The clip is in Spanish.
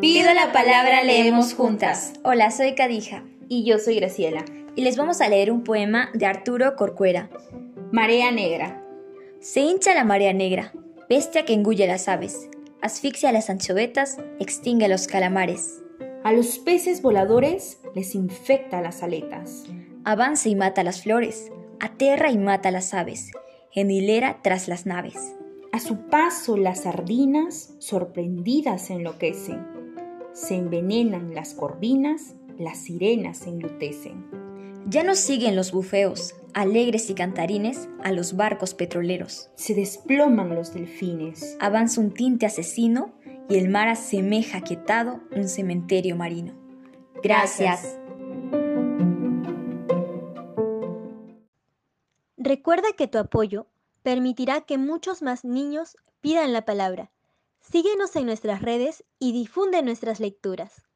Pido la palabra, leemos juntas. Hola, soy Cadija y yo soy Graciela. y les vamos a leer un poema de Arturo Corcuera. Marea negra. Se hincha la marea negra, bestia que engulle las aves, asfixia a las anchovetas, extingue a los calamares, A los peces voladores les infecta las aletas. avanza y mata las flores, aterra y mata las aves, en hilera tras las naves. A su paso las sardinas sorprendidas se enloquecen. Se envenenan las corvinas, las sirenas se enlutecen. Ya no siguen los bufeos, alegres y cantarines, a los barcos petroleros. Se desploman los delfines. Avanza un tinte asesino y el mar asemeja quietado un cementerio marino. Gracias. Recuerda que tu apoyo permitirá que muchos más niños pidan la palabra. Síguenos en nuestras redes y difunde nuestras lecturas.